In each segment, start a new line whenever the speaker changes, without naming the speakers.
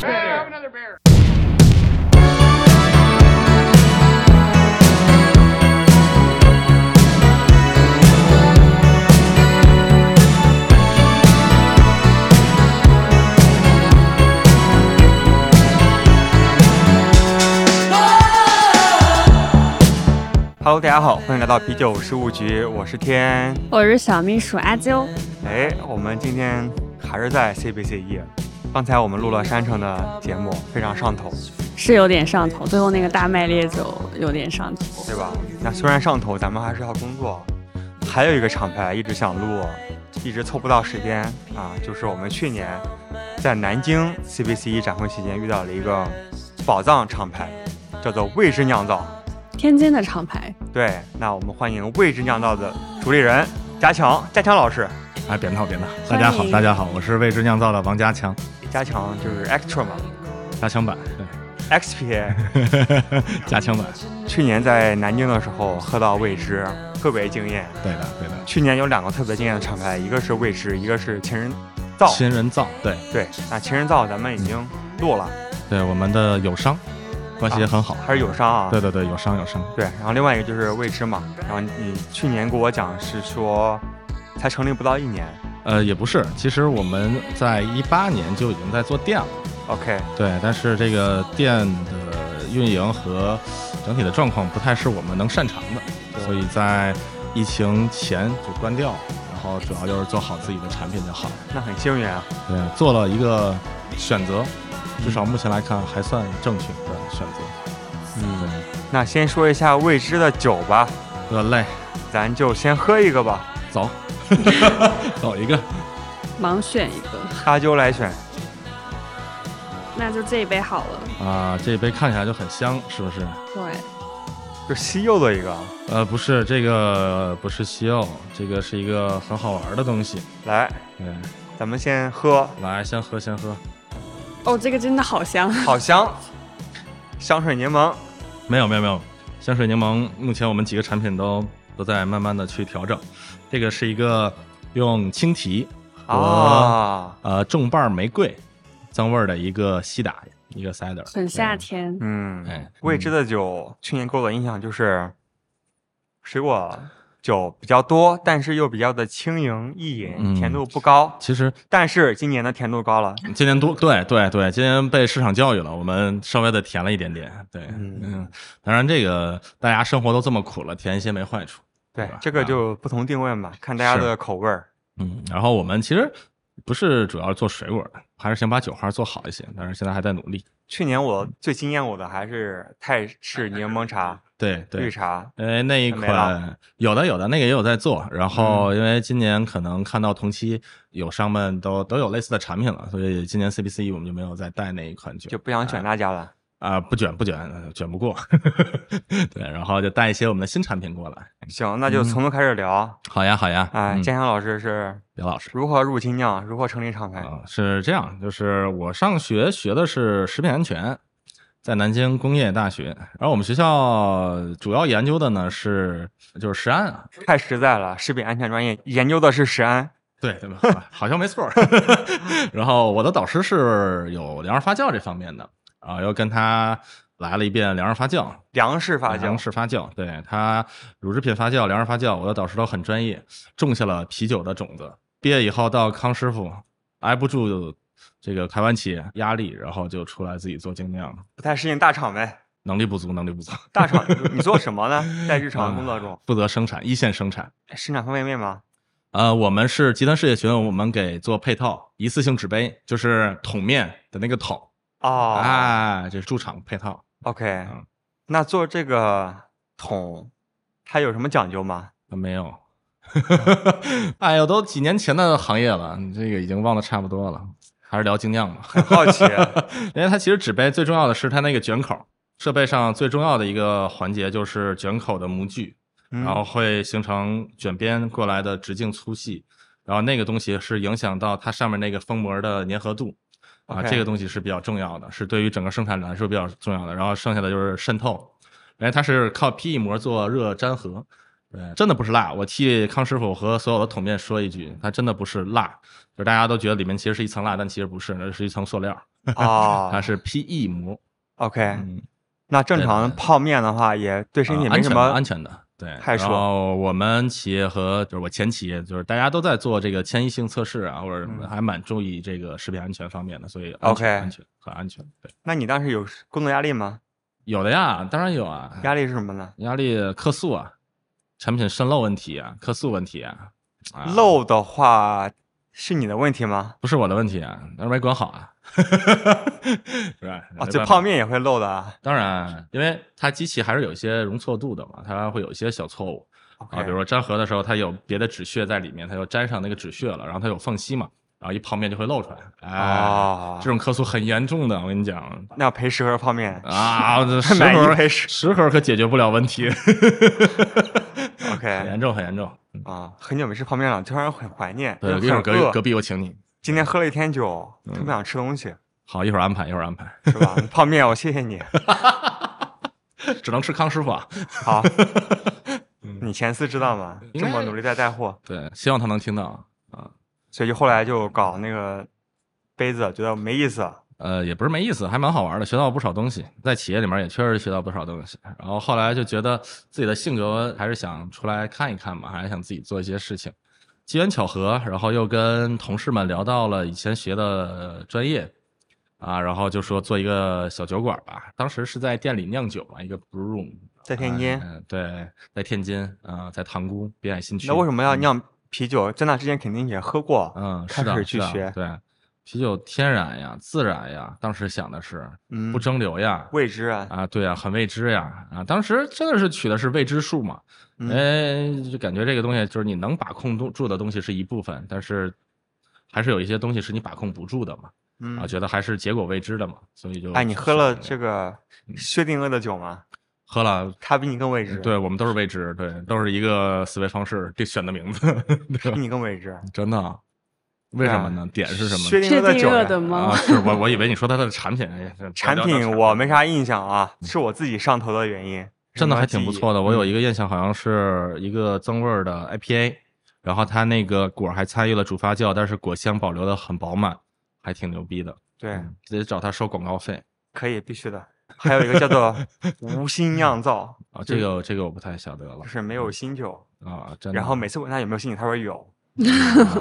Brother Bear.
Hello，大家好，欢迎来到啤酒事务局，我是天。
我是小秘书阿啾，
哎，我们今天还是在 CBC 一，刚才我们录了山城的节目，非常上头，
是有点上头，最后那个大麦烈酒有点上头。
对吧？那虽然上头，咱们还是要工作。还有一个厂牌一直想录，一直凑不到时间啊，就是我们去年在南京 CBC 一展会期间遇到了一个宝藏厂牌，叫做未知酿造。
天津的厂牌，
对，那我们欢迎未知酿造的主理人加强，加强老师。
啊，别闹别闹！大家好，大家好，我是未知酿造的王家强，
加强就是 extra 嘛
加强版，
，XPA。
对，加强版，
去年在南京的时候喝到未知，特别惊艳。
对的对的，
去年有两个特别惊艳的厂牌，一个是未知，一个是情人造。
新人造，对
对，那情人造咱们已经录了，
对，我们的友商关系也很好，
还是友商啊。
对对对，友商友商，
对，然后另外一个就是未知嘛，然后你去年给我讲是说才成立不到一年
呃，也不是，其实我们在一八年就已经在做店了，
，OK，
对，但是这个店的运营和整体的状况不太是我们能擅长的，所以在疫情前就关掉，然后主要就是做好自己的产品就好了。
那很幸运啊。
对，做了一个选择，至少目前来看还算正确的选择。
嗯，那先说一下未知的酒吧，
有点累，
咱就先喝一个吧，
走，走一个。
盲选一个，
阿啾来选。
那就这一杯好了。
啊，这杯看起来就很香，是不是？
对，
就西柚的一个，
呃，不是，这个不是西柚，这个是一个很好玩的东西。
来，
对，
咱们先喝，
来，先喝，先喝。
哦，这个真的好香。
好香，香水柠檬，
没有，没有，没有。香水柠檬，目前我们几个产品都都在慢慢的去调整。这个是一个用青提
啊，
呃重瓣玫瑰增味儿的一个西打，一个 cider，
很夏
对
天，
嗯，
哎
未知的酒，去年给我的印象就是水果酒比较多，但是又比较的轻盈易饮，
嗯
甜度不高。
其实
但是今年的甜度高了，
今年多，对对对，今年被市场教育了，我们稍微的甜了一点点。对，
嗯
嗯，当然这个大家生活都这么苦了，甜一些没坏处。
对
吧啊
这个就不同定位嘛，看大家的口味儿。
嗯，然后我们其实不是主要做水果的，还是想把酒花做好一些，但是现在还在努力。
去年我最惊艳我的还是泰式柠檬茶、
对
绿
对。
茶，
因为哎那一
没嗯
款有的有的那个也有在做，然后因为今年可能看到同期友商们都都有类似的产品了，所以今年 CBC 我们就没有再带那一款酒，
就不想选大家了。
啊、不卷不卷，呃卷 不过，对，然后就带一些我们的新产品过来。
行，那就从头开始聊。
好呀，好呀，
哎，
嗯
建翔老师是
刘老师
如何入侵酿，如何成立厂牌？
啊、是这样，就是我上学学的是食品安全，在南京工业大学，然后我们学校主要研究的呢是就是食安啊，
太实在了，食品安全专业研究的是食安。
对对吧？ 好像没错儿。然后我的导师是有粮食发酵这方面的啊，又跟他来了一遍粮食发酵，
粮食发
粮
酵，
食发酵，对它乳制品发酵、粮食发酵，我的导师都很专业，种下了啤酒的种子。毕业以后到康师傅，挨不住这个台湾企业压力，然后就出来自己做精酿，
不太适应大厂呗。
能力不足，能力不足。
大厂，你做什么呢？在日
嗯
常工作中，
负责生产，一线生产。
生产方便面吗？
呃，我们是集团事业群，我们给做配套，一次性纸杯，就是桶面的那个桶，
哦、
啊，这是驻场配套。
o k
嗯
那做这个桶，它有什么讲究吗？
啊，没有。 哎呦，都几年前的行业了，你这个已经忘得差不多了，还是聊精酿吧。
很好奇，
因为它其实纸杯最重要的是它那个卷口，设备上最重要的一个环节就是卷口的模具，
嗯
然后会形成卷边过来的直径粗细，然后那个东西是影响到它上面那个封膜的粘合度。啊，
OK
这个东西是比较重要的，是对于整个生产来说比较重要的。然后剩下的就是渗透，因为它是靠 PE 膜做热粘合，对，真的不是辣。我替康师傅和所有的桶面说一句，它真的不是辣，就是大家都觉得里面其实是一层蜡，但其实不是，那是一层塑料，它
哦
是 PE 膜。
，OK，
嗯，
那正
对
常泡面的话，也对身体
啊
没
安
什
全的
么
安全的。对，
害处
然后我们企业和就是我前企业，就是大家都在做这个迁移性测试啊，或者什么
嗯
还蛮注意这个食品安全方面的，所以安全
OK
安全很安全。对，
那你当时有工作压力吗？
有的呀，当然有啊，
压力是什么呢？
压力客诉啊，产品渗漏问题啊，客诉问题啊，啊
漏的话是你的问题吗？
不是我的问题啊，那没管好啊， 是吧？
哦，
没
这
办
泡
法
面也会漏的啊。
当然，因为它机器还是有一些容错度的嘛，它会有一些小错误啊，
OK，
比如说粘合的时候，它有别的纸屑在里面，它就粘上那个纸屑了，然后它有缝隙嘛，然后一泡面就会漏出来。哎，
哦
这，种客诉很严重的，我跟你讲
那要赔十盒泡面，
啊，这十
买一
盒
赔十。
十盒可解决不了问题，很
OK，
严重，很严重。
啊，很久没吃泡面了，突然很怀念，
对，
就
一会儿
很
隔
饿
隔。壁我请你。
今天喝了一天酒，特
嗯
别想吃东西，
好，一会儿安排，一会儿安排，
是吧？ 泡面，我谢谢你。
只能吃康师傅啊。
好，你前司知道吗？
嗯应
这
该
么努力在带货，
对，希望他能听到。啊
所以就后来就搞那个杯子，觉得没意思。
呃，也不是没意思，还蛮好玩的，学到不少东西，在企业里面也确实学到不少东西。然后后来就觉得自己的性格还是想出来看一看嘛，还是想自己做一些事情。机缘巧合，然后又跟同事们聊到了以前学的专业啊，然后就说做一个小酒馆吧。当时是在店里酿酒嘛，一个 brew room，
在天津
嗯、对，在天津啊、在塘沽滨海新区。
那为什么要
嗯
酿啤酒？在那之前肯定也喝过，
嗯，
开
是的，
始
是
去
的
学
对，啤酒天然呀，自然呀，当时想的是
嗯，
不蒸馏呀，
未知啊，
啊，对啊，很未知呀，啊，当时真的是取的是未知数嘛，
嗯
哎，就感觉这个东西就是你能把控住住的东西是一部分，但是还是有一些东西是你把控不住的嘛，
嗯
啊，觉得还是结果未知的嘛，所以就
哎，你喝了这
个
个薛定谔的酒吗？
喝了。
他比你更未知，，
嗯对我们都是未知，对，都是一个思维方式，这选的 名字，对吧
比你更未知。
真的，啊为什么呢？点是什么呢？
薛定谔的
薛定
酒
谔
呀
的吗
啊，是我我以为你说它的产品，哎这
产
聊聊
品我没啥印象啊，是我自己上头的原因。
真的还挺不错的。我有一
个
个印象，好像是一个增味儿的 IPA，然后它那个果儿还参与了主发酵，但是果香保留的很饱满，还挺牛逼的。
对，
嗯，得找他收广告费
可以必须的。还有一个叫 做无心酿造，
啊，
就
这
是
个这个我不太晓得了
就是没有新酒。
啊，真的。
然后每次问他有没有新酒，他说有。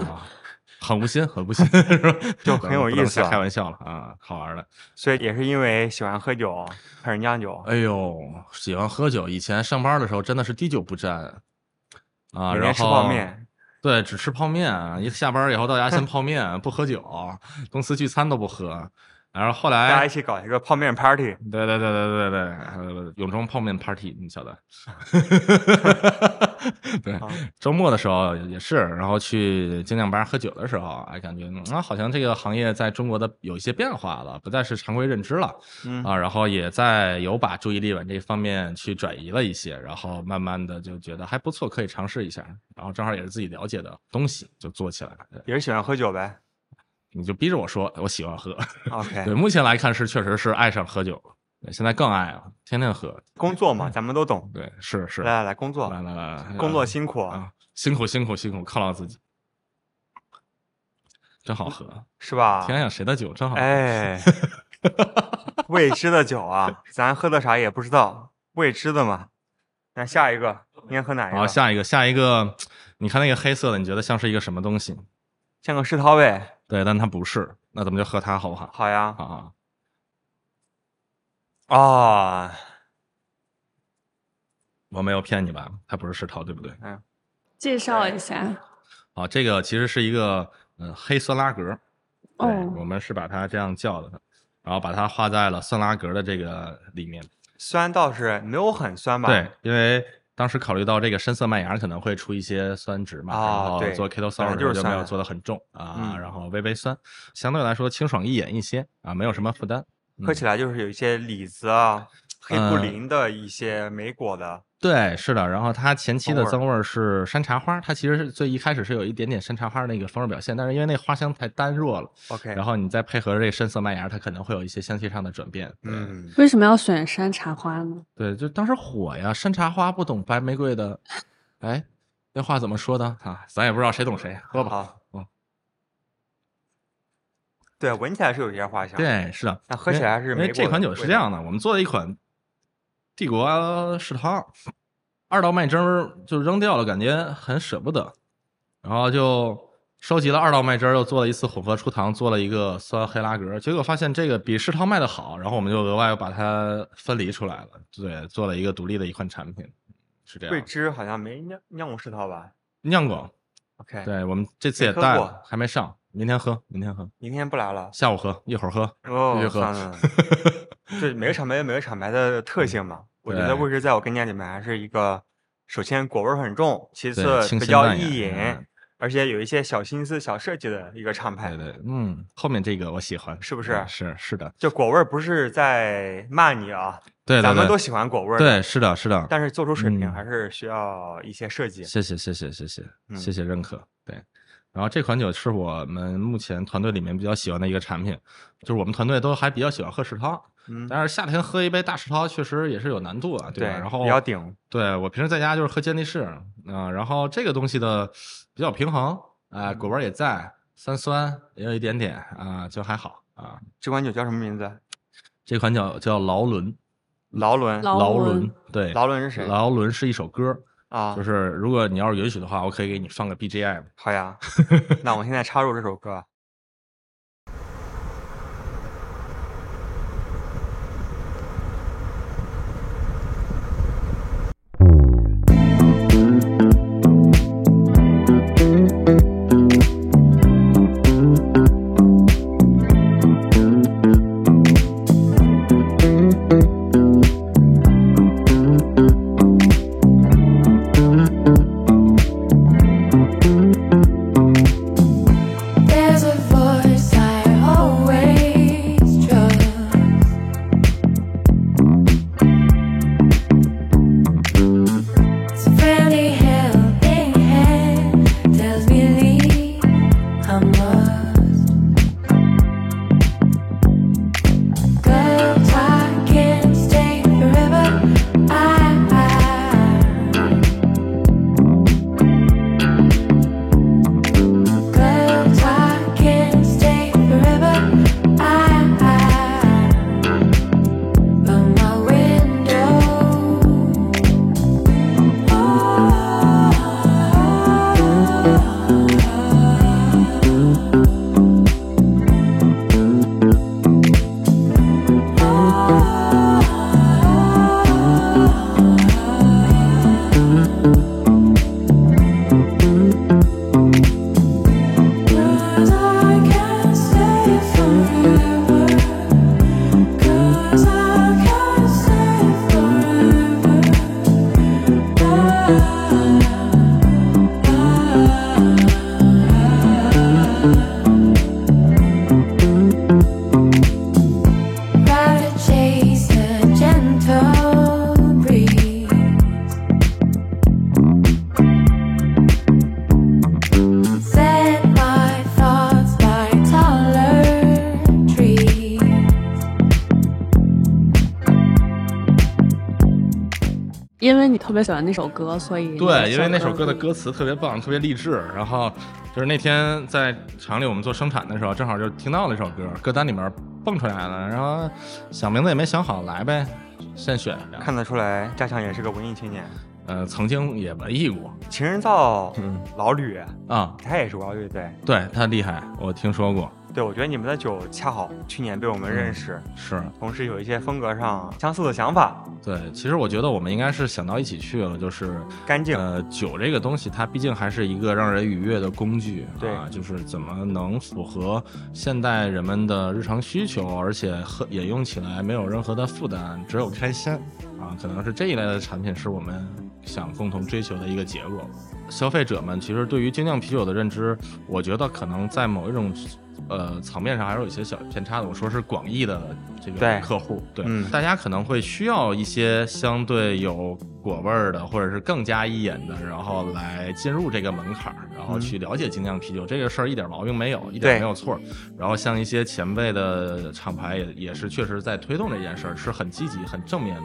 啊 很无心，很无心，是吧
就很有
不能
意思啊
瞎开玩笑了啊，好玩的。
所以也是因为喜欢喝酒，开始酿酒，
哎呦，喜欢喝酒，以前上班的时候真的是滴酒不沾啊，
每
然后
天吃泡面。
对，只吃泡面，啊一下班以后到 家先泡面，不喝酒，公司聚餐都不喝。然后后
大家
来
一，起搞一个泡面 party，
对对对对对对，呃泳装泡面 party，你晓得。对
啊，
周末的时候也是，然后去精酿吧喝酒的时候，哎，感觉嗯啊，好像这个行业在中国的有一些变化了，不再是常规认知了。
嗯，
啊，然后也在有把注意力往这方面去转移了一些，然后慢慢的就觉得还不错，可以尝试一下。然后正好也是自己了解的东西，就做起来了。对
也是喜欢喝酒 呗。
你就逼着我说我喜欢喝，对，
OK，
目前来看是确实是爱上喝酒了，对现在更爱了，天天喝。
工作嘛，咱们都懂。
对，是嗯是，
来
来
来来，工作，
来来，来
工作辛苦啊，
啊，辛苦辛苦辛苦，犒劳自己。真好喝，
是吧？
想想谁的酒真好
嗯
喝。
哎，未知的酒啊，咱喝的啥也不知道，未知的嘛。那下一个应该喝哪一
好，
个？
下一个，下一个，你看那个黑色的，你觉得像是一个什么东西？
像个世涛呗，
对，但它不是，那咱们就喝它好不好？
好呀。
啊，
哦，
我没有骗你吧？它不是世涛，对不对？
介绍一下。
啊，这个其实是一个呃黑酸拉格，对，
哦
我们是把它这样叫的，然后把它画在了酸拉格的这个里面。
酸倒是没有很酸吧？
对，，因为当时考虑到这个深色麦芽可能会出一些酸值嘛，
啊
然后
对
做 keto
本
sour
来
的时
就
候
是
就没
酸
有
的
做的很重啊，
嗯
然后微微酸，相对来说清爽一点一些啊，没有什么负担。
喝
嗯
起来就是有一些李子啊、黑布
呃
林的一些莓果的。
对，是的。然后它前期
风
的
味儿
增味儿是山茶花，它其实是最一开始是有一点点山茶花那个风味表现，但是因为那花香太单弱了，
OK，
然后你再配合这个深色麦芽，它可能会有一些香气上的转变。对、
嗯，
为什么要选山茶花呢？
对，就当时火呀，山茶花不懂白玫瑰的哎，那话怎么说的啊？咱也不知道谁懂谁，喝吧。
好，
嗯，
对，闻起来是有些花香。，
对，是的。
那喝起来还是
因为
没
哎这
过
款
的
酒是
味
这
道
样的，我们做了一款帝国世涛，二道麦汁儿就扔掉了，感觉很舍不得，然后就收集了二道麦汁儿，又做了一次混合出糖，做了一个酸黑拉格，结果发现这个比世涛卖的好，然后我们就额外把它分离出来了，对，做了一个独立的一款产品，是这样
桂
的。
枝好像没酿酿过世涛吧
酿过，
？OK，
对我们这次也
没喝
带
过
了，还没上，明天喝，明天喝，
明天不来了。
下午喝，一会儿喝，
哦，
继续喝
算了， 对，每个厂牌有每个厂牌的特性嘛。我觉得
对
桂枝在我概念里面还是一个，首先果味儿很重，其
对
次
清
比
新
较
淡雅
易饮，
嗯
而且有一些小心思、小设计的一个厂牌。
对对，嗯，后面这个我喜欢，
是不啊是
嗯是是的，
就果味儿不是在骂你啊，
对，对
咱们
对
都喜欢果味儿，
对，，是的，是的。
但是做出水平
嗯
还是需要一些设计。
谢谢，谢谢，谢谢，
嗯
谢谢认可。对，然后这款酒是我们目前团队里面比较喜欢的一个产品，就是我们团队都还比较喜欢喝世涛，
嗯，
但是夏天喝一杯大世涛确实也是有难度啊，
对，
吧？然后
比较顶，
对我平时在家就是喝健力士，啊、然后这个东西的比较平衡，啊、果味儿也在，三酸也有一点点啊、就还好啊。
这款酒叫什么名字？
这款酒叫劳伦，
劳伦，
劳伦
伦，对，
劳伦是谁？
劳伦是一首歌，
啊
就，是如果你要是允许的话，我可以给你放个 BGM。
好 呀，那我们现在插入这首歌。
There's a voice I always trust. It's a friendly, helping hand tells me leave. I'm lost. Cause I can't stay forever. I. Cause I can't stay forever. I but my window. Cause I can't stay forever. Cause I can't stay forever. Rather chase the gentle breeze. Set my thoughts like taller trees.
因为你特别喜欢那首歌，所以
对，因为那首歌的歌词特别棒，特别励志。然后就是那天在厂里我们做生产的时候，正好就听到了这首歌，歌单里面蹦出来了，然后想名字也没想好，来呗，现选。
看得出来，家强也是个文艺青年，
呃，曾经也文艺过
情人造
嗯
老吕，
啊，
他也是玩乐队。
对他厉害，我听说过，
对，我觉得你们的酒恰好去年被我们认识，
是
同时有一些风格上相似的想法，
对。其实我觉得我们应该是想到一起去了，就是
干净。
呃，酒这个东西，它毕竟还是一个让人愉悦的工具，
对
啊，就是怎么能符合现代人们的日常需求，而且喝饮用起来没有任何的负担，只有开心啊，可能是这一类的产品是我们想共同追求的一个结果。消费者们其实对于精酿啤酒的认知，我觉得可能在某一种。呃，层面上还是有一些小偏差的。我说是广义的这
对
个客户，对，
嗯
大家可能会需要一些相对有果味儿的，或者是更加一眼的，然后来进入这个门槛儿，然后去了解精酿啤酒、这个事儿，一点毛病没有，一
嗯
点
对
没有错儿。然后像一些前辈的厂牌也也是确实在推动这件事儿，是很积极、很正面的。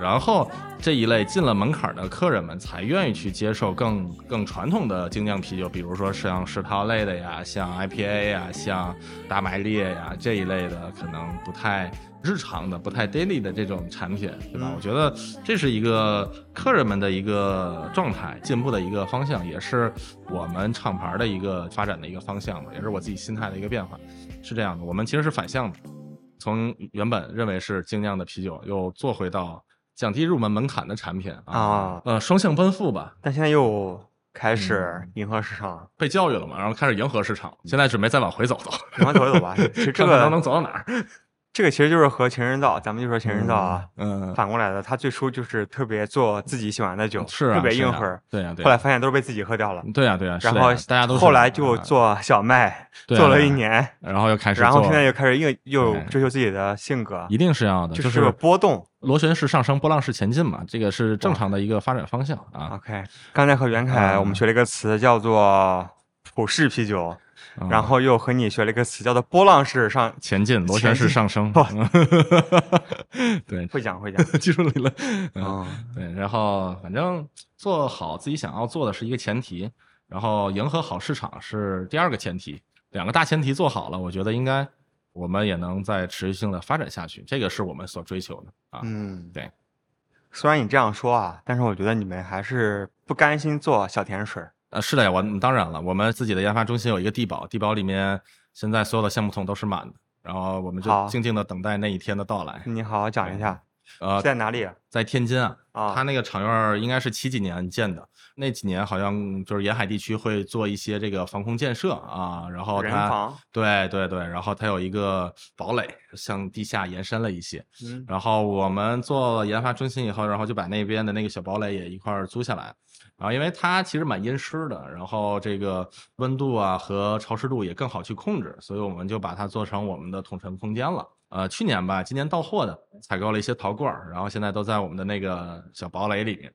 然后这一类进了门槛的客人们才愿意去接受更更传统的精酿啤酒，比如说像世涛类的呀，像 IPA 呀，像大麦列呀这一类的，可能不太日常的、不太 daily 的这种产品，对吧？
嗯
我觉得这是一个客人们的一个状态进步的一个方向，也是我们厂牌的一个发展的一个方向吧，也是我自己心态的一个变化，是这样的。我们其实是反向的，从原本认为是精酿的啤酒，又做回到降低入门门槛的产品啊，
啊，
呃，双向奔赴吧，
但现在又开始
嗯
迎合市场了，
被教育了嘛，然后开始迎合市场，现在准备再往回走走，
你往走一走 吧。其实这
看看能能
个
走到哪儿。
这个其实就是和情人皂，咱们就说情人皂啊，
嗯，
反过来的，他最初就是特别做自己喜欢的酒，
是啊，
特别
是
硬
啊
核儿，
对呀，对呀，
后来发现都是被自己喝掉了。
对啊呀，对呀，是
然
的
后
呀大家都是
后来就
啊
做小麦，
对
做
啊
了一，年，
然后又开始做，
然后现在又开始又又
哎
追求自己的性格，
一定是要的，
就
就是
有波动。
螺旋式上升，波浪式前进嘛，这个是正常的一个发展方向啊。
OK，刚才和袁凯我们
嗯
学了一个词叫做普式啤酒，
嗯
然后又和你学了一个词叫做波浪式上。
前进，螺旋式上升
哇，
对，
会讲会讲，
技术理论，嗯，
嗯，
对，然后反正做好自己想要做的是一个前提，然后迎合好市场是第二个前提，两个大前提做好了，我觉得应该我们也能再持续性的发展下去，这个是我们所追求的啊。
嗯，
对。
虽然你这样说啊，但是我觉得你们还是不甘心做小甜水儿。
呃，是的呀，我嗯当然了，我们自己的研发中心有一个地堡，地堡里面现在所有的橡木桶都是满的，然后我们
好嗯
就静静的等待那一天的到来。
你好好讲一下，
呃，
在哪里啊？
在天津啊，
啊
它那个厂院儿应该是七几年建的，那几年好像就是沿海地区会做一些这个防空建设啊，然后
人
它
防。
对对对，然后它有一个堡垒向地下延伸了一些，
嗯
然后我们做了研发中心以后，然后就把那边的那个小堡垒也一块儿租下来。然后因为它其实蛮阴湿的，然后这个温度啊和潮湿度也更好去控制，所以我们就把它做成我们的统称空间了。呃，去年吧，今年到货的，采购了一些陶罐儿，然后现在都在我们的那个小堡垒里面。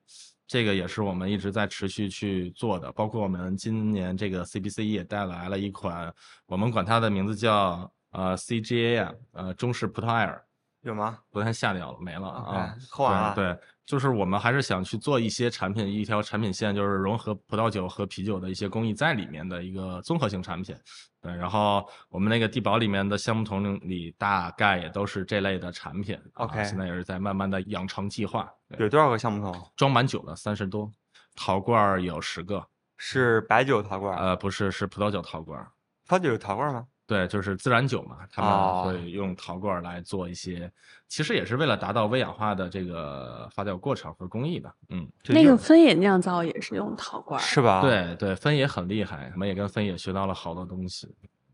这个也是我们一直在持续去做的，包括我们今年这个 CBC 也带来了一款，我们管它的名字叫呃 CGA 啊，呃中式葡萄艾尔，
有吗？
昨天下掉了，没了啊
哎，，喝完了。
对。对，就是我们还是想去做一些产品，一条产品线，就是融合葡萄酒和啤酒的一些工艺在里面的一个综合性产品。对，然后我们那个地堡里面的橡木桶里大概也都是这类的产品。啊
OK
现在也是在慢慢的养成计划，对
有多少个橡木桶？
装满酒了三十多，陶罐儿有十个，
是白酒陶罐儿，
呃，不是，是葡萄酒陶罐儿。
葡萄酒有陶罐儿吗？
对，就是自然酒嘛，他
哦
们会用陶罐儿来做一些，其实也是为了达到微氧化的这个发酵过程和工艺的。嗯，
那个分野酿造也是用陶罐儿，
是吧？，
对对，芬野很厉害，我们也跟芬野学到了好多东西，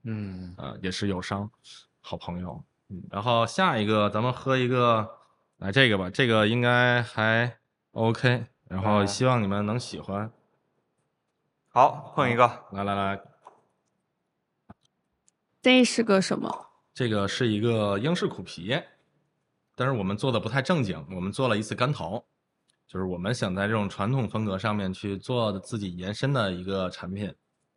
嗯，
呃，也是友商，好朋友。嗯，然后下一个咱们喝一个，来这个吧，这个应该还 OK，然后
嗯
希望你们能喜欢。
好，碰一个，
来来来，
这是个什么？
这个是一个英式苦皮，但是我们做的不太正经，我们做了一次干桃，就是我们想在这种传统风格上面去做自己延伸的一个产品。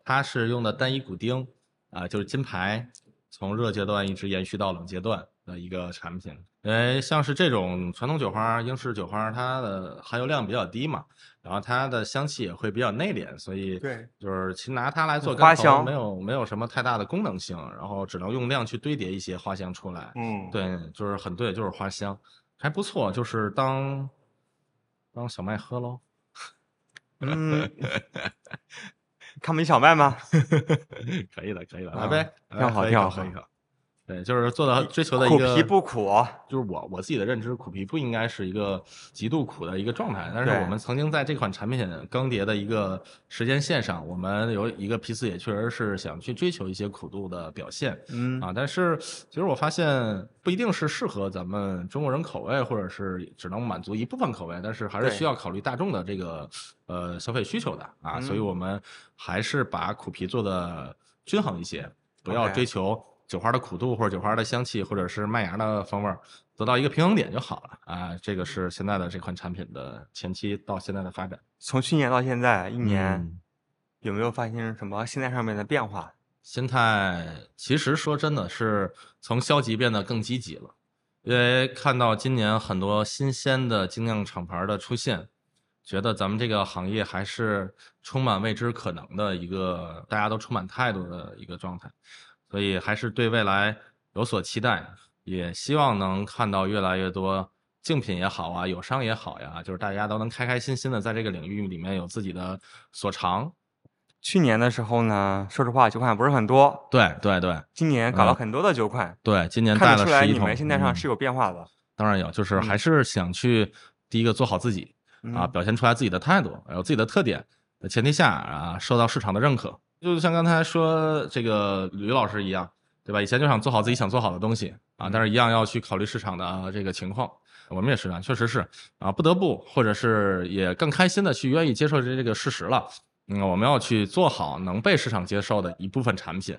它是用的单一骨钉啊、就是金牌，从热阶段一直延续到冷阶段的一个产品。因为像是这种传统酒花、英式酒花，它的含油量比较低嘛，然后它的香气也会比较内敛，所以
对，
就是其实拿它来做
花
干头
香
没有没有什么太大的功能性，然后只能用量去堆叠一些花香出来。
嗯，
对，就是很对，就是花香，还不错。就是当当小麦喝喽，
嗯，看没小麦吗？
可以的，可以的，
啊
来呗，来
挺好
喝一
挺
口
好
喝一口。对，就是做到追求的一
苦
个
皮不苦，
就是我我自己的认知，苦皮不应该是一个极度苦的一个状态。但是
对
我们曾经在这款产品更迭的一个时间线上，我们有一个批次也确实是想去追求一些苦度的表现
嗯，
啊。但是其实我发现不一定是适合咱们中国人口味，或者是只能满足一部分口味，但是还是
对
需要考虑大众的这个呃消费需求的啊。
嗯
所以我们还是把苦皮做的均衡一些，不要
OK
追求酒花的苦度或者酒花的香气，或者是麦芽的风味儿，得到一个平衡点就好了啊。这个是现在的这款产品的前期到现在的发展。
从去年到现在一年
嗯，
有没有发现什么心态上面的变化？
心态其实说真的是从消极变得更积极了。因为看到今年很多新鲜的精酿厂牌的出现，觉得咱们这个行业还是充满未知可能的一个，大家都充满态度的一个状态，所以还是对未来有所期待，也希望能看到越来越多竞品也好啊，友商也好呀，就是大家都能开开心心的在这个领域里面有自己的所长。
去年的时候呢，说实话酒款不是很多，
对对对
今年搞了
嗯
很多的酒款，
对，今年带
看得
了
出来
十一
你
桶。
们现在上
嗯
是有变化的。
当然有，就是还是想去第一个做好自己、
嗯
啊，表现出来自己的态度，然后自己的特点的前提下啊，受到市场的认可。就像刚才说这个吕老师一样，对吧？以前就想做好自己想做好的东西啊，但是一样要去考虑市场的、啊这个情况。我们也是啊，确实是啊，不得不或者是也更开心的去愿意接受这这个事实了。嗯，我们要去做好能被市场接受的一部分产品，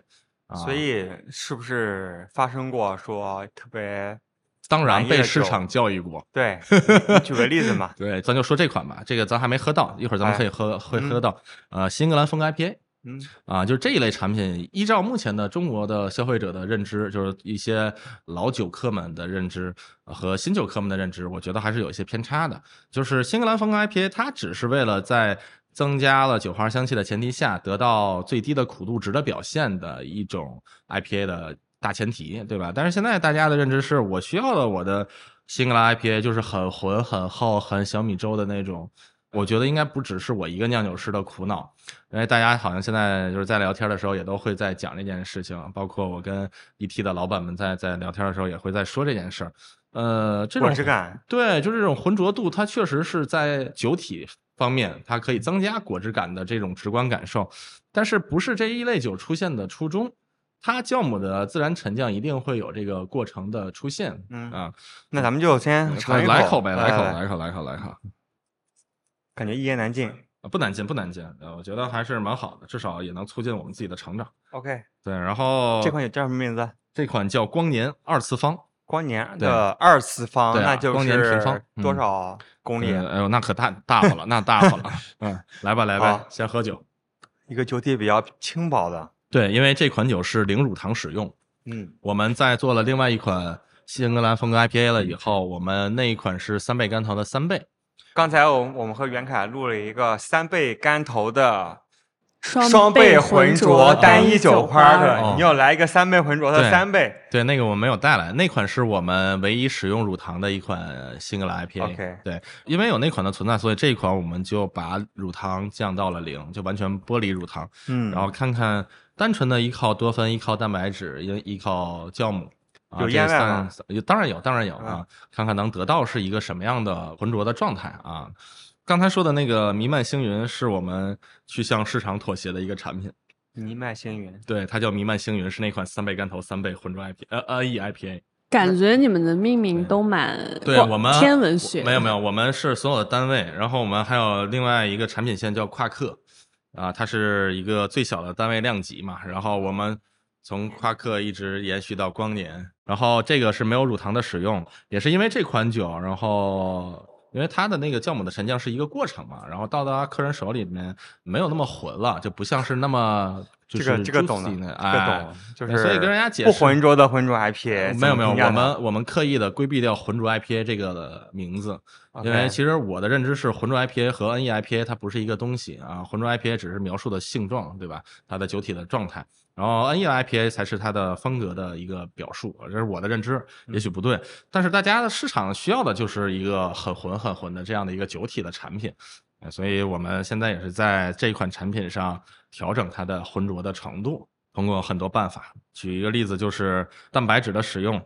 啊、
所以是不是发生过说特别
当
满
然
意
被
的
市
酒
场教育过，，
对？你举个例子嘛
对，咱就说这款吧，这个咱还没喝到，一会儿咱们可以喝，会喝到。呃，新英格兰风格 IPA
嗯，
啊、就是这一类产品，依照目前的中国的消费者的认知，就是一些老酒客们的认知呃和新酒客们的认知，我觉得还是有一些偏差的。就是新英格兰风格 IPA，它只是为了在增加了酒花香气的前提下，得到最低的苦度值的表现的一种 IPA 的大前提，对吧？但是现在大家的认知是我需要的我的新格兰 IPA 就是很浑、很厚、很小米粥的那种。我觉得应该不只是我一个酿酒师的苦恼，因为大家好像现在就是在聊天的时候也都会在讲这件事情，包括我跟 ET 的老板们在在聊天的时候也会在说这件事儿。呃，这种
果汁感，
对，就是这种浑浊度，它确实是在酒体方面，它可以增加果汁感的这种直观感受，但是不是这一类酒出现的初衷。它酵母的自然沉降一定会有这个过程的出现，
嗯
啊，呃
那咱们就先尝一
来口呗，
来哎
来口，来口，来口，来口，
感觉一言难尽。
啊不难进，不难进，呃，我觉得还是蛮好的，至少也能促进我们自己的成长。
OK，
对，然后
这款酒叫什么名字？
这款叫光年二次方，
光年
对
的二次方，
对啊
那就
光年平方
是多
嗯
少公里？啊
呃哎呦，那可大大发了，那大 发了，嗯，来吧，来吧
好，
先喝酒。
一个酒体比较轻薄的，
对，因为这款酒是零乳糖使用，
嗯，
我们在做了另外一款新英格兰风格 IPA 了以后，我们那一款是三倍甘糖的三倍，
刚才我我们和袁凯录了一个三倍干头的
双
双倍
浑
浑浊单一酒
酒
花
的
哦
的，你要来一个三倍浑浊的
对
三倍。
对，那个我没有带来，那款是我们唯一使用乳糖的一款新格兰 IPA。
OK
对，因为有那款的存在，所以这一款我们就把乳糖降到了零，就完全剥离乳糖，
嗯
然后看看单纯的依靠多酚、依靠蛋白质、依依靠酵母。啊
有
这
烟味
三
吗
三当然有，当然有
嗯
啊！看看能得到是一个什么样的浑浊的状态啊！刚才说的那个弥漫星云是我们去向市场妥协的一个产品，
泥麦星云，
对，它叫弥漫星云，是那款三倍干头三倍浑浊 IP 呃呃 E IPA。
感觉你们的命名都蛮
对
广
我们
哦天文学，
没有没有，我们是所有的单位，然后我们还有另外一个产品线叫夸克，啊，它是一个最小的单位量级嘛，然后我们从夸克一直延续到光年，然后这个是没有乳糖的使用，也是因为这款酒，然后。因为它的那个酵母的沉降是一个过程嘛，然后到达客人手里面没有那么浑了，就不像是那么就
这
是
个这个懂的，
juicy
这
呢
个
哎
懂，就
对
是
所以跟人家解
不
释
浑浊的浑浊 IPA，
哎没有没有，
怎么评价
我
它
们我们刻意的规避掉浑浊 IPA 这个名字，因
啊 OK
为其实我的认知是浑浊 IPA 和 E NE IPA 它不是一个东西啊，浑浊 IPA 只是描述的性状，对吧？它的酒体的状态，然后 E NE IPA 才是它的风格的一个表述，这是我的认知，也许不对，但是大家的市场需要的就是一个很浑很浑的这样的一个酒体的产品，呃所以我们现在也是在这一款产品上调整它的浑浊的程度，通过很多办法。举一个例子，就是蛋白质的使用，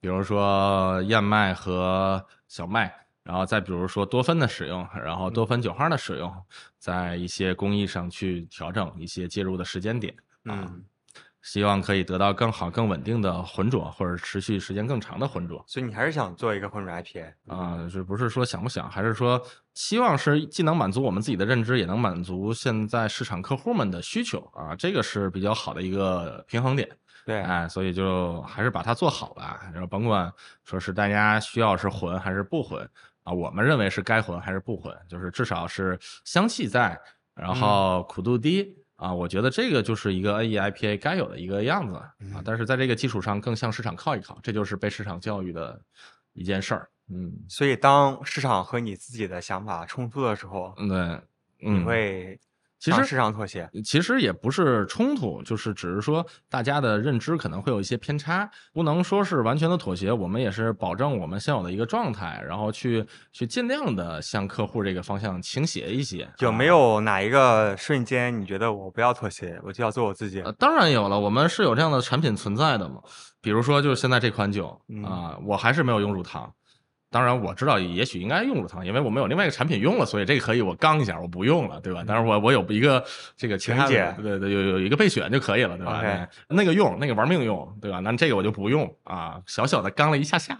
比如说燕麦和小麦，然后再比如说多酚的使用，然后多酚酒花的使用，在一些工艺上去调整一些介入的时间点，
嗯，
希望可以得到更好、更稳定的浑浊，或者持续时间更长的浑浊。
所以你还是想做一个浑浊嗯 IPA
啊、是不是说想不想，还是说希望是既能满足我们自己的认知，也能满足现在市场客户们的需求啊？这个是比较好的一个平衡点。
对，
哎，所以就还是把它做好吧，然后甭管说是大家需要是混还是不混啊，我们
嗯
认为是该混还是不混，就是至少是香气在，然后苦度低，啊，我觉得这个就是一个 E NEIPA 该有的一个样子啊
嗯，
但是在这个基础上更向市场靠一靠，这就是被市场教育的一件事儿。嗯，
所以当市场和你自己的想法冲突的时候，
嗯对，
你
嗯，
会
其
向
实
市场妥协。
呃其实也不是冲突，就是只是说大家的认知可能会有一些偏差，不能说是完全的妥协。我们也是保证我们现有的一个状态，然后去去尽量的向客户这个方向倾斜一些。
有没
啊
有哪一个瞬间你觉得我不要妥协，我就要做我自己？
呃，当然有了，我们是有这样的产品存在的嘛。比如说，就是现在这款酒啊、
嗯
我还是没有用乳糖。当然，我知道也许应该用乳糖，因为我们有另外一个产品用了，所以这个可以我刚一下，我不用了，对吧？
嗯
但是我我有一个这个其他的
情节
对对，有有一个备选就可以了，对吧
OK
对那个用，那个玩命用，对吧？那这个我就不用啊，小小的刚了一下 下。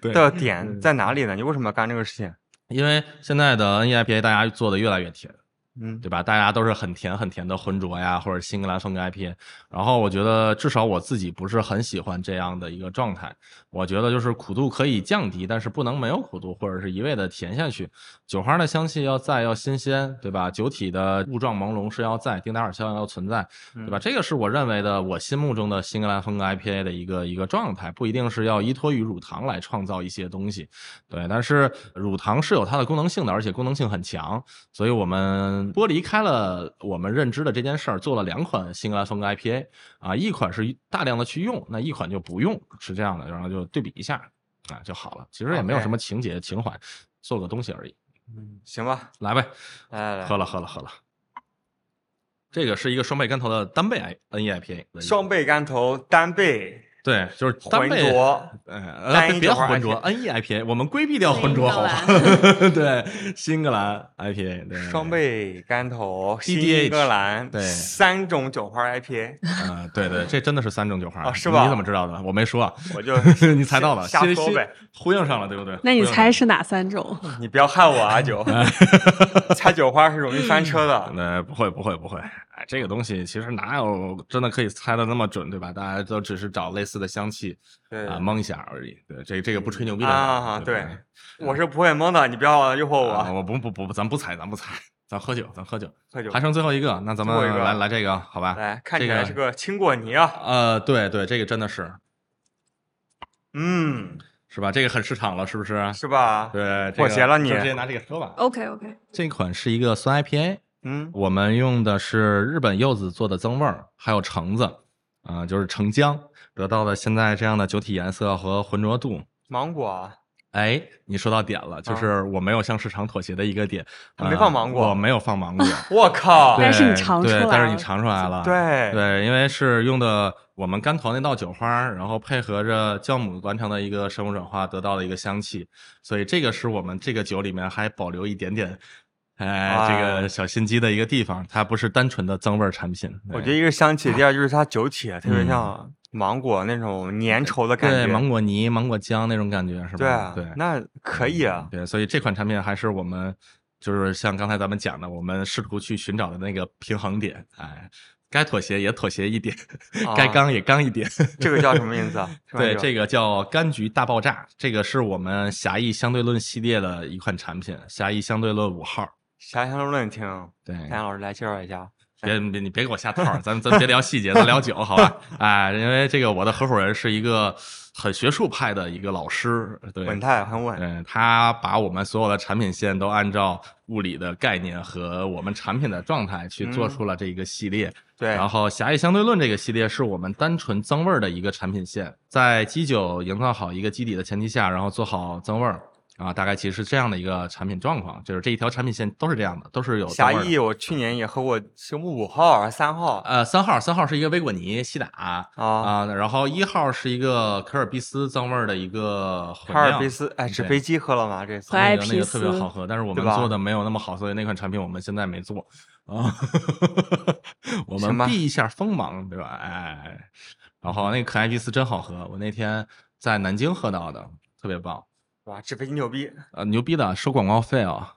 对嗯
的点在哪里呢？你为什么要干这个事情？
因为现在的 E NEIPA 大家做的越来越甜，
嗯，
对吧？大家都是很甜很甜的浑浊呀，或者新格兰风格 IPA。然后我觉得至少我自己不是很喜欢这样的一个状态。我觉得就是苦度可以降低，但是不能没有苦度，或者是一味的甜下去。酒花的香气要在，要新鲜，对吧？酒体的雾状朦胧是要在，丁达尔效应要存在，对吧？这个是我认为的，我心目中的新格兰风格 IPA 的一个一个状态，不一定是要依托于乳糖来创造一些东西，对。但是乳糖是有它的功能性的，而且功能性很强，所以我们剥离开了我们认知的这件事儿，做了两款新格兰风格 IPA 啊，一款是大量的去用，那一款就不用，是这样的，然后就对比一下啊就好了。其实也没有
OK
什么情节情怀，做个东西而已。
嗯行吧，
来呗，
来来来，
喝了喝了喝了。这个是一个双倍干头的单倍 I NEIPA，的一
双倍干头，单倍
对，就是单
浑
倍，
浊，
呃，
单一
别
酒花
浑浊 E NEIPA，我们规避掉浑浊，好吧？ 对，新格兰 IPA，对，
双，倍干头，
DDH
新格兰
对
三种酒花 IPA，
呃，对对，这真的是三种酒花
啊是吧
你怎么知道的？我没说，啊，
我就
你猜到了，
瞎
信
说
息
呗，
呼应上了，对不对？
那你
呼应
猜
上
是哪三种？
你不要害我啊 酒，猜酒花是容易翻车
了？
的。
那不会不会不会，哎，这个东西其实哪有真的可以猜的那么准，对吧？大家都只是找类似的香气
对，
啊蒙一下而已，对，这这个不吹牛逼的
啊
对吧
对我是不会蒙的，你不要诱惑
啊
我。
我不不不，咱不猜，咱不猜，咱喝酒，咱喝酒，
喝酒
还，剩最后一个，那咱
最后一
们
个
来来这个，好吧？
来看起
啊这
来
个
是个青果泥啊，
呃，对对，这个真的是
嗯，
是吧？这个很市场了，是不是？
是吧？
对，这
妥
个
协了你哦
就直接拿这个喝吧。
OK OK，
这款是一个酸 IPA，
嗯，
我们用的是日本柚子做的增味儿，还有橙子，啊、就是橙浆得到了现在这样的酒体颜色和浑浊度。
芒果啊，
哎，你说到点了，就是我没有向市场妥协的一个点，
哦没
呃
放芒果
我没有放芒果，
我靠，
但是你
对
尝出
对，
来
但是你
了
尝出来了，
对
对，因为是用的我们干头那道酒花，然后配合着酵母完成的一个生物转化得到的一个香气，所以这个是我们这个酒里面还保留一点点，哎，
哇哦
这个小心机的一个地方，它不是单纯的增味儿产品。哎
我觉得
对啊嗯
一个是香气，第二就是它酒体特别像芒果那种粘稠的感
对
觉，
芒果泥、芒果浆那种感觉是
对
吧
啊？
对，嗯
那可以啊，
对，所以这款产品还是我们就是像刚才咱们讲的，我们试图去寻找的那个平衡点，哎。该妥协也妥协一点，嗯该
啊
刚也刚一点。
这个叫什么名 字啊？是吧
对，这个叫《柑橘大爆炸》，这个是我们狭义相对论系列的一款产品，狭义相对论五号。
啥香论听，
对，
丹老师来介绍一下。啊
别别你别给我下套儿，咱咱别聊细节，咱聊酒好吧？哎，因为这个我的合伙人是一个很学术派的一个老师，对，
稳态很稳，
嗯，他把我们所有的产品线都按照物理的概念和我们产品的状态去做
嗯
出了这一个系列。
对，
然后狭义相对论这个系列是我们单纯增味儿的一个产品线，在基酒营造好一个基底的前提下，然后做好增味儿啊，大概其实是这样的一个产品状况，就是这一条产品线都是这样的，都是有增
狭
味儿的
义我去年也喝过，什么五号还是三号啊？
呃，三号，三号是一个维果尼西打啊、然后一号是一个可尔必斯增味儿的一个混
哈尔
酿
卑斯，哎，纸
对
飞机喝了吗？这次
回来
那
爱
哎个那
皮
个特别
斯
好喝，但是我
对
们
吧
做的没有那么好，所以那款产品我们现在没做啊。 我
行吧
们避一下锋芒，对吧？哎，然后那个可爱皮斯真好喝，我那天在南京喝到的，特别棒。
哇，纸飞机牛逼！
呃，牛逼的，收广告费啊！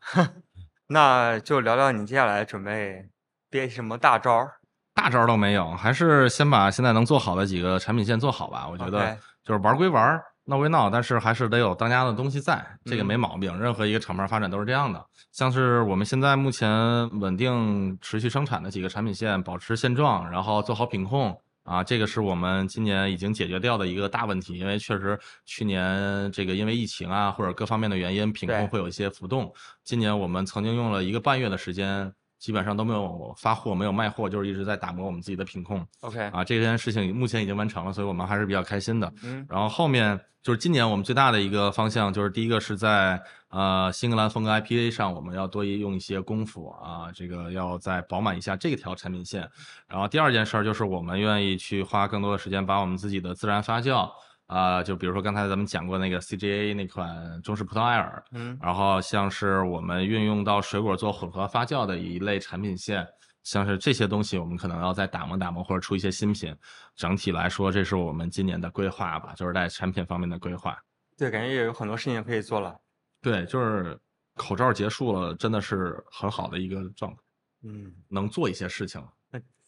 那就聊聊你接下来准备憋什么大招儿？
大招都没有，还是先把现在能做好的几个产品线做好吧。我觉得
OK
就是玩归玩儿，闹归闹，但是还是得有当家的东西在，这个
嗯
没毛病。任何一个厂牌发展都是这样的。像是我们现在目前稳定持续生产的几个产品线，保持现状，然后做好品控。啊，这个是我们今年已经解决掉的一个大问题，因为确实去年这个因为疫情啊或者各方面的原因，品
对
控会有一些浮动。今年我们曾经用了一个半月的时间，基本上都没有发货，没有卖货，就是一直在打磨我们自己的品控。
OK，
啊，这件事情目前已经完成了，所以我们还是比较开心的。
嗯
然后后面就是今年我们最大的一个方向，就是第一个是在呃新格兰风格 IPA 上，我们要多用一些功夫啊，这个要再饱满一下这条产品线。然后第二件事儿就是我们愿意去花更多的时间，把我们自己的自然发酵啊、就比如说刚才咱们讲过那个 CGA 那款中式葡萄艾尔，
嗯
然后像是我们运用到水果做混合发酵的一类产品线，像是这些东西，我们可能要再打磨打磨，或者出一些新品。整体来说，这是我们今年的规划吧，就是在产品方面的规划。
对，感觉也有很多事情可以做了。
对，就是口罩结束了，真的是很好的一个状态，
嗯，
能做一些事情了，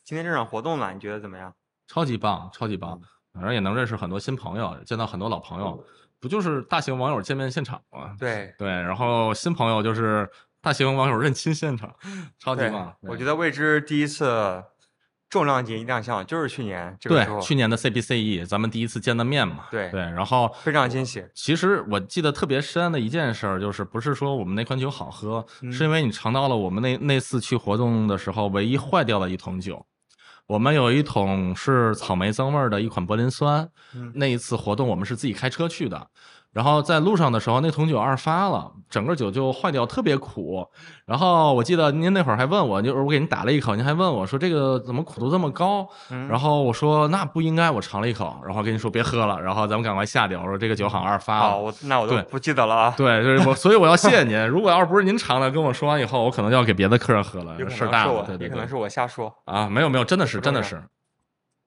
今天这场活动呢，你觉得怎么样？
超级棒，超级棒。反正也能认识很多新朋友，见到很多老朋友，不就是大型网友见面现场吗？
对，
对，然后新朋友就是大型网友认亲现场，超级
对
棒。
我
对
觉得未知第一次重量级亮相就是去年这个
对
时候，，
去年的 CBCE E，咱们第一次见的面嘛。
对
对，然后
非常惊喜。
其实我记得特别深的一件事儿，就是不是说我们那款酒好喝，
嗯
是因为你尝到了我们那那次去活动的时候唯一坏掉的一桶酒。我们有一桶是草莓增味儿的一款柏林酸，
嗯
那一次活动我们是自己开车去的，然后在路上的时候那桶酒二发了，整个酒就坏掉，特别苦。然后我记得您那会儿还问我，就是我给您打了一口，您还问我说这个怎么苦度这么高？
嗯
然后我说那不应该，我尝了一口，然后跟你说别喝了，然后咱们赶快下掉。我说这个酒好像二发了。
好，我那我都
啊对
不记得了啊。
对，就是我，所以我要谢谢您。如果要是不是您尝了跟我说完以后，我可能要给别的客人喝了
有，可
事儿
能
大
是
了。
我，
对
也
对
可能
对
是，我瞎说，
啊，没有没有，真的是
不
真的
重
是，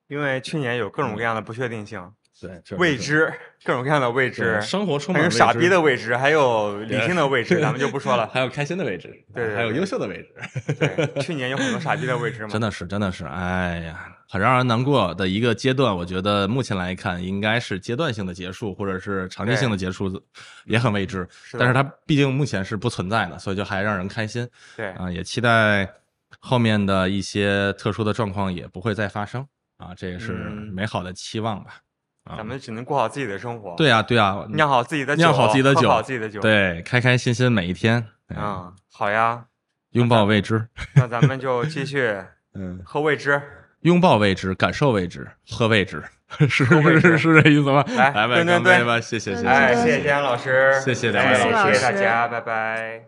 因为去年有各种各样的不确定性、
嗯对确实
未
是
知，各种各样的未
对
知，
生活充
还
满
有
未
傻
知
逼的位置，还有理性的 位置，咱们就不说了。
还有开心的位置，
对对
还有
对
优秀的位置，
对，去年有很多傻逼的位置嘛。
真的是，真的是，哎呀，很让人难过的一个阶段。我觉得目前来看，应该是阶段性的结束，或者是长期性的结束，也很未知。
是的
但是它毕竟目前是不存在的，所以就还让人开心
对，
啊、也期待后面的一些特殊的状况也不会再发生啊，这也是
嗯
美好的期望吧。啊
咱们只能过好自己的生活，
对啊，对啊，
酿好自己的酒，
酿好自己的
喝
酒
好自己的酒。，
对，开开心心每一天，对，
嗯，好呀，
拥抱 未知，
那咱们就继续
嗯。
喝未知。
拥抱未知，感受未知，喝未知，是
喝未
是
知
是是这意思吗？
来
来吧，
蹲蹲
干杯
蹲
吧，谢谢
对
谢谢，
哎，
对
谢谢
对
姜老师，
谢谢
哎
两位
谢
老师
谢大家，拜拜。